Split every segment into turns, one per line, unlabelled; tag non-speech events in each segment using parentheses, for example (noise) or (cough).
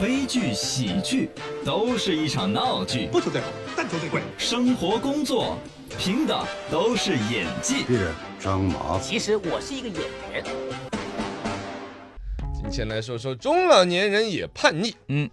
悲剧、喜剧，都是一场闹剧。
不求最好，但求最贵。
生活、工作，凭的都是演技。
别人张麻子，
其实我是一个演员。
今天来说说中老年人也叛逆。
嗯，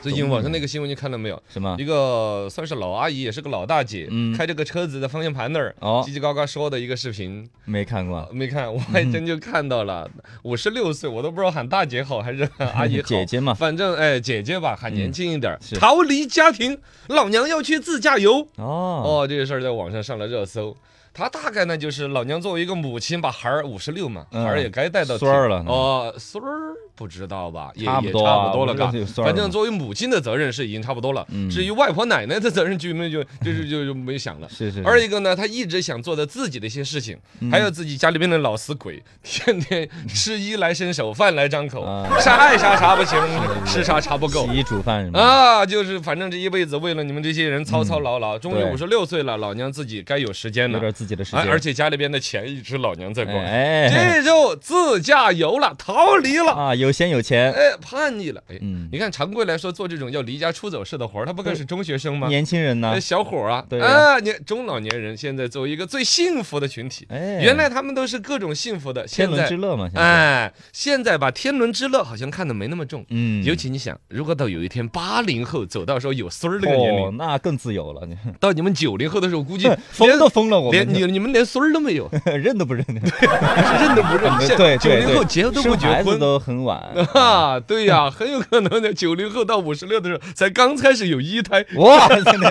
最近网上那个新闻你看到没有？
什么
一？个算是老阿姨，也是个老大姐，
啊嗯
开着个车子在方向盘那儿
哦嗯
叽叽呱呱说的一个视频，
没看过。
没看，我还真就看到了。五十六岁，我都不知道喊大姐好还是喊阿姨
(laughs)
好。
姐姐嘛
反正哎，姐姐吧，喊年轻一点儿。
是
逃离家庭，老娘要去自驾游。
哦
哦，这个事儿在网上上了热搜。他大概呢，就是老娘作为一个母亲，把孩儿五十六嘛，孩
嗯
儿也该带到
孙儿了嗯
哦，孙儿不知道吧？也
差
也
不
差
多啊
不多了，
我不知道
嘎
这个孙儿
反
了
正作为母亲的责任是已经差不多了。
嗯
至于外婆奶奶的责任，就没就 (laughs) 就是就就没想了。
是是嗯是
二一个呢，他一直想做的自己的一些事情，还有自己家里面的老死鬼， (laughs) 天天吃衣来伸手，饭来张口
啊，
啥爱啥啥不行，吃啥啥不够
洗。衣煮饭什么的？
啊，就是反正这一辈子为了你们这些人操操劳劳，终于
嗯对
五十六岁了，老娘自己该有时间
有
了，
点自己的时
哎
间，，
而且家里边的钱一直老娘在管，
哎
这就自驾游了，逃离了，
啊，有闲有钱，
哎，叛逆了，哎，
嗯
你看常规来说做这种要离家出走式的活儿，他不更是中学生吗？
嗯年轻人呢
哎，？小伙儿啊，
对呀
啊，你中老年人现在作为一个最幸福的群体，
哎
原来他们都是各种幸福的，
天
现
伦
在
之乐嘛，现在
哎，现在把天伦之乐好像看得没那么重，
嗯
尤其你想，如果到有一天八零后走到说有孙儿这个年
哦
龄，，
那更自由了，你
到你们九零后的时候，估计
疯都疯了，我
连
们
你你们连孙儿都没有， (laughs)
就 (laughs) 认都不认得，
认都不认。
(laughs)
现
对
九
对
零后
对，
结都不
生
结
孩子
婚。
都很晚，
(laughs) 啊，对呀、很有可能的。九零后到五十六的时候，才刚开始有一胎，
哇，真的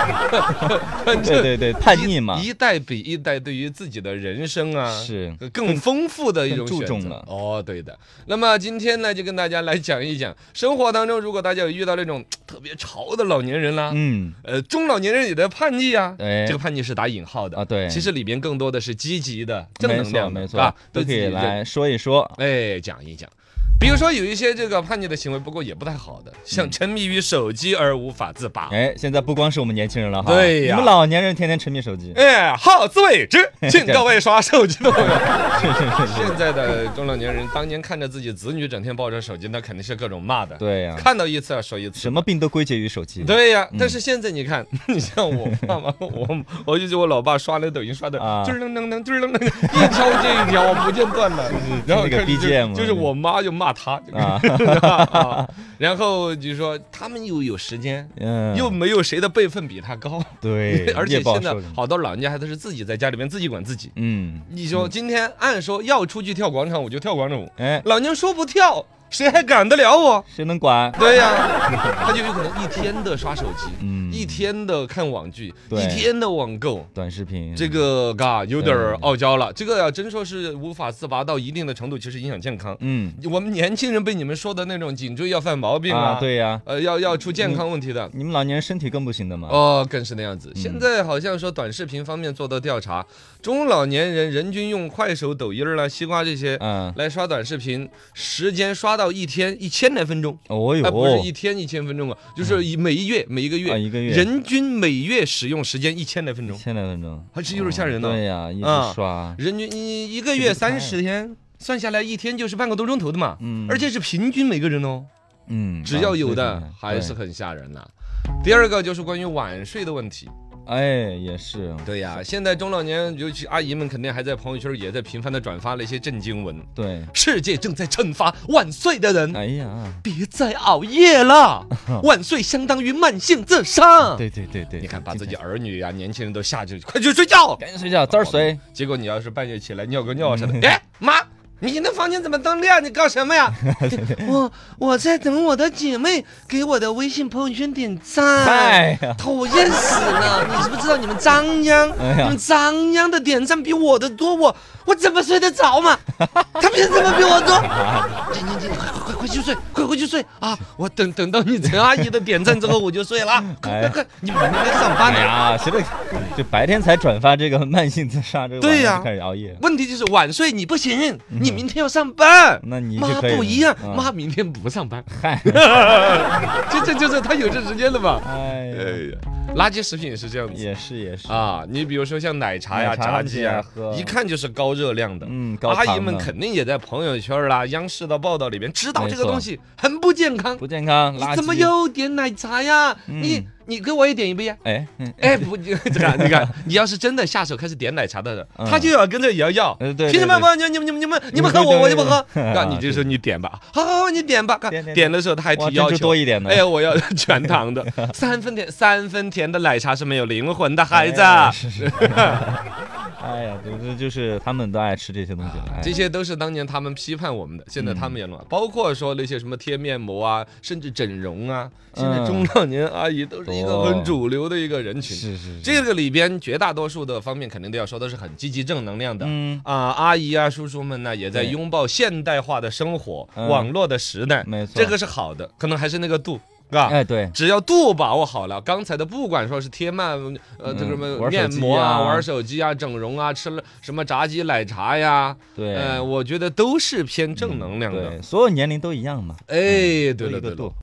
反
(laughs) 对
正
对对，叛逆
(laughs)
嘛，
一代比一代对于自己的人生啊，
是
更丰富的一
更
种
注重
选择
了
哦，对的。那么今天呢，就跟大家来讲一讲生活当中，如果大家有遇到那种特别潮的老年人啦、
嗯，
呃，中老年人也在叛逆啊，
哎
这个叛逆是打引号的
啊对
其实里边更多的是积极的、正
没
能
错
量的，
没
是
错
吧，
都
对
可
自己
以
的
来说一说，
哎讲一讲。比如说有一些这个叛逆的行为，不过也不太好的，像沉迷于手机而无法自拔，
嗯哎，现在不光是我们年轻人了哈，
对呀
你们老年人天天沉迷手机，
哎，好自为
(laughs)
之，请各位刷手机的朋友。现在的中老年人，当年看着自己子女整天抱着手机，那肯定是各种骂的。
对呀，
看到一次要说一次。
什么病都归结于手机，
对呀，但是现在你看， (laughs) 你像我爸妈，我我就觉得我老爸刷那抖音刷的，
啊
吱楞楞楞，吱楞楞，一条接一条，不间断
(laughs)
的。然后
那个
看就
BGM
就是我妈就骂他，就
啊
(laughs) 啊然后就说他们又有时间，
嗯，
又没有谁的辈分比他高，，
对
(laughs) 而且
夜报
现在
说什么
好多老人家还都是自己在家里面自己管自己。
嗯，
你说今天按说要出去跳广场舞就跳广场舞，
哎，
老娘说不跳，谁还管得了我？
谁能管？
对呀、他就有可能一天的刷手机，
嗯
一天的看网剧，
对嗯
一天的网购。
短视频
这个嘎有点
嗯
儿傲娇了，这个要真说是无法自拔到一定的程度，其实影响健康。
嗯
我们年轻人被你们说的那种颈椎要犯毛病
啊，
啊，，
对嗯呀、
呃，要要出健康问题的，
你们老年人身体更不行的嘛。
哦，更是那样子。
嗯
现在好像说短视频方面做到调查，中老年人人均用快手、抖音儿啦、西瓜这些
嗯，
来刷短视频，时间刷到一天一千来分钟。
哦
哎，
哟，
不是一天一千分钟啊，就是一每一月每一个月，
嗯啊一个月
人均每月使用时间一千来分钟，
千来分钟，
还是有点吓人呢。
哦对呀、一
啊
直刷，
人均一一个
这
月
不是太
三十天，算下来一天就是半个多钟头的嘛，
嗯
而且是平均每个人哦。
嗯，
只要有
啊
的
对对对
还是很吓人呐、第二个就是关于晚睡的问题。
哎，也是，
对呀、现在中老年尤其阿姨们肯定还在朋友圈也在频繁的转发了一些震惊文。
对，
世界正在惩罚晚睡的人，
哎呀，
别再熬
(laughs)
夜了，晚睡相当于慢性自杀。
对对对对，
你看，把
这
自己
个
儿女呀、年轻人都吓着，快去睡觉。
赶紧睡觉，早点睡，
结果你要是半夜起来尿个
嗯
尿啊啥的，哎妈，你那房间怎么灯亮？你搞什
(laughs)
么呀？我我在等我的姐妹给我的微信朋友圈点赞。
哎呀，
讨厌死了！你知不知道你们张央，
哎呀
你们张央的点赞比我的多，我我怎么睡得
(laughs)
着嘛？他凭什么比我
哎
多？你你你快快快快去睡，快回去睡啊！我等等到你陈阿姨的点赞之后我就睡了啊，快快快！你明天上班
哎
呢。
呀，谁的？这白天才转发这个慢性自杀，这个
对呀
晚上就开始熬夜，
问题就是晚睡你不行，你明天要上班。
嗯那你就
妈
可以
不一样，
嗯
妈明 (laughs) 天不上班，
嗨，
这这就是他有这时间的嘛。
哎呀，
哎呀，垃圾食品也是这样子
也是也是，
啊。你比如说像奶茶呀、
奶茶
炸鸡呀
鸡啊喝，
一看就是高热量的。
嗯，高
阿
糖
姨们
的
肯定也在朋友圈啦、央视的报道里面知道
没
这个
错
东西很不健康。
不健康，
你
垃圾。
怎么？又点奶茶呀？你
嗯
你给我也点一杯呀。
哎，嗯
哎，不， (laughs) 你这个你看，你要是真的下手开始点奶茶的人，
嗯
他就要跟着也要要
呃对，对
凭什么不？你你们你们你们你们喝
对对
我，我
对
就不喝。
对
那你就说你点吧，好好好，你点吧。看
点点
点的时候他还
哇
提要
珍珠
求
多，一点呢。
哎，我要 (laughs) 全
(laughs)
糖的，三分甜，三分甜的奶茶是没有灵魂的，孩子。啊
哎是 (laughs) 是。哎呀，总之就是他们都爱吃这些东西了。哎
这些都是当年他们批判我们的，现
嗯
在他们也弄了，包括说那些什么贴面膜啊，甚至整容啊，现在
嗯
中老年阿姨都是一个
哦
很主流的一个人群。
是是是
这个里边绝大多数的方面肯定都要说都是很积极正能量的。
嗯，
啊，阿姨啊，叔叔们呢，也在
对
拥抱现代化的生活，
嗯
网络的时代，
没错
这个是好的，可能还是那个度，啊。
哎对，
只要度把握好了，刚才的不管说是贴漫，呃，
嗯
这个什么
玩手
面
机
膜
啊
玩手机啊、整容啊、吃了什么炸鸡奶茶呀，
对
呃，我觉得都是偏正能量的。
对，所有年龄都一样嘛。
哎，对
都一
了
个
对了
度。，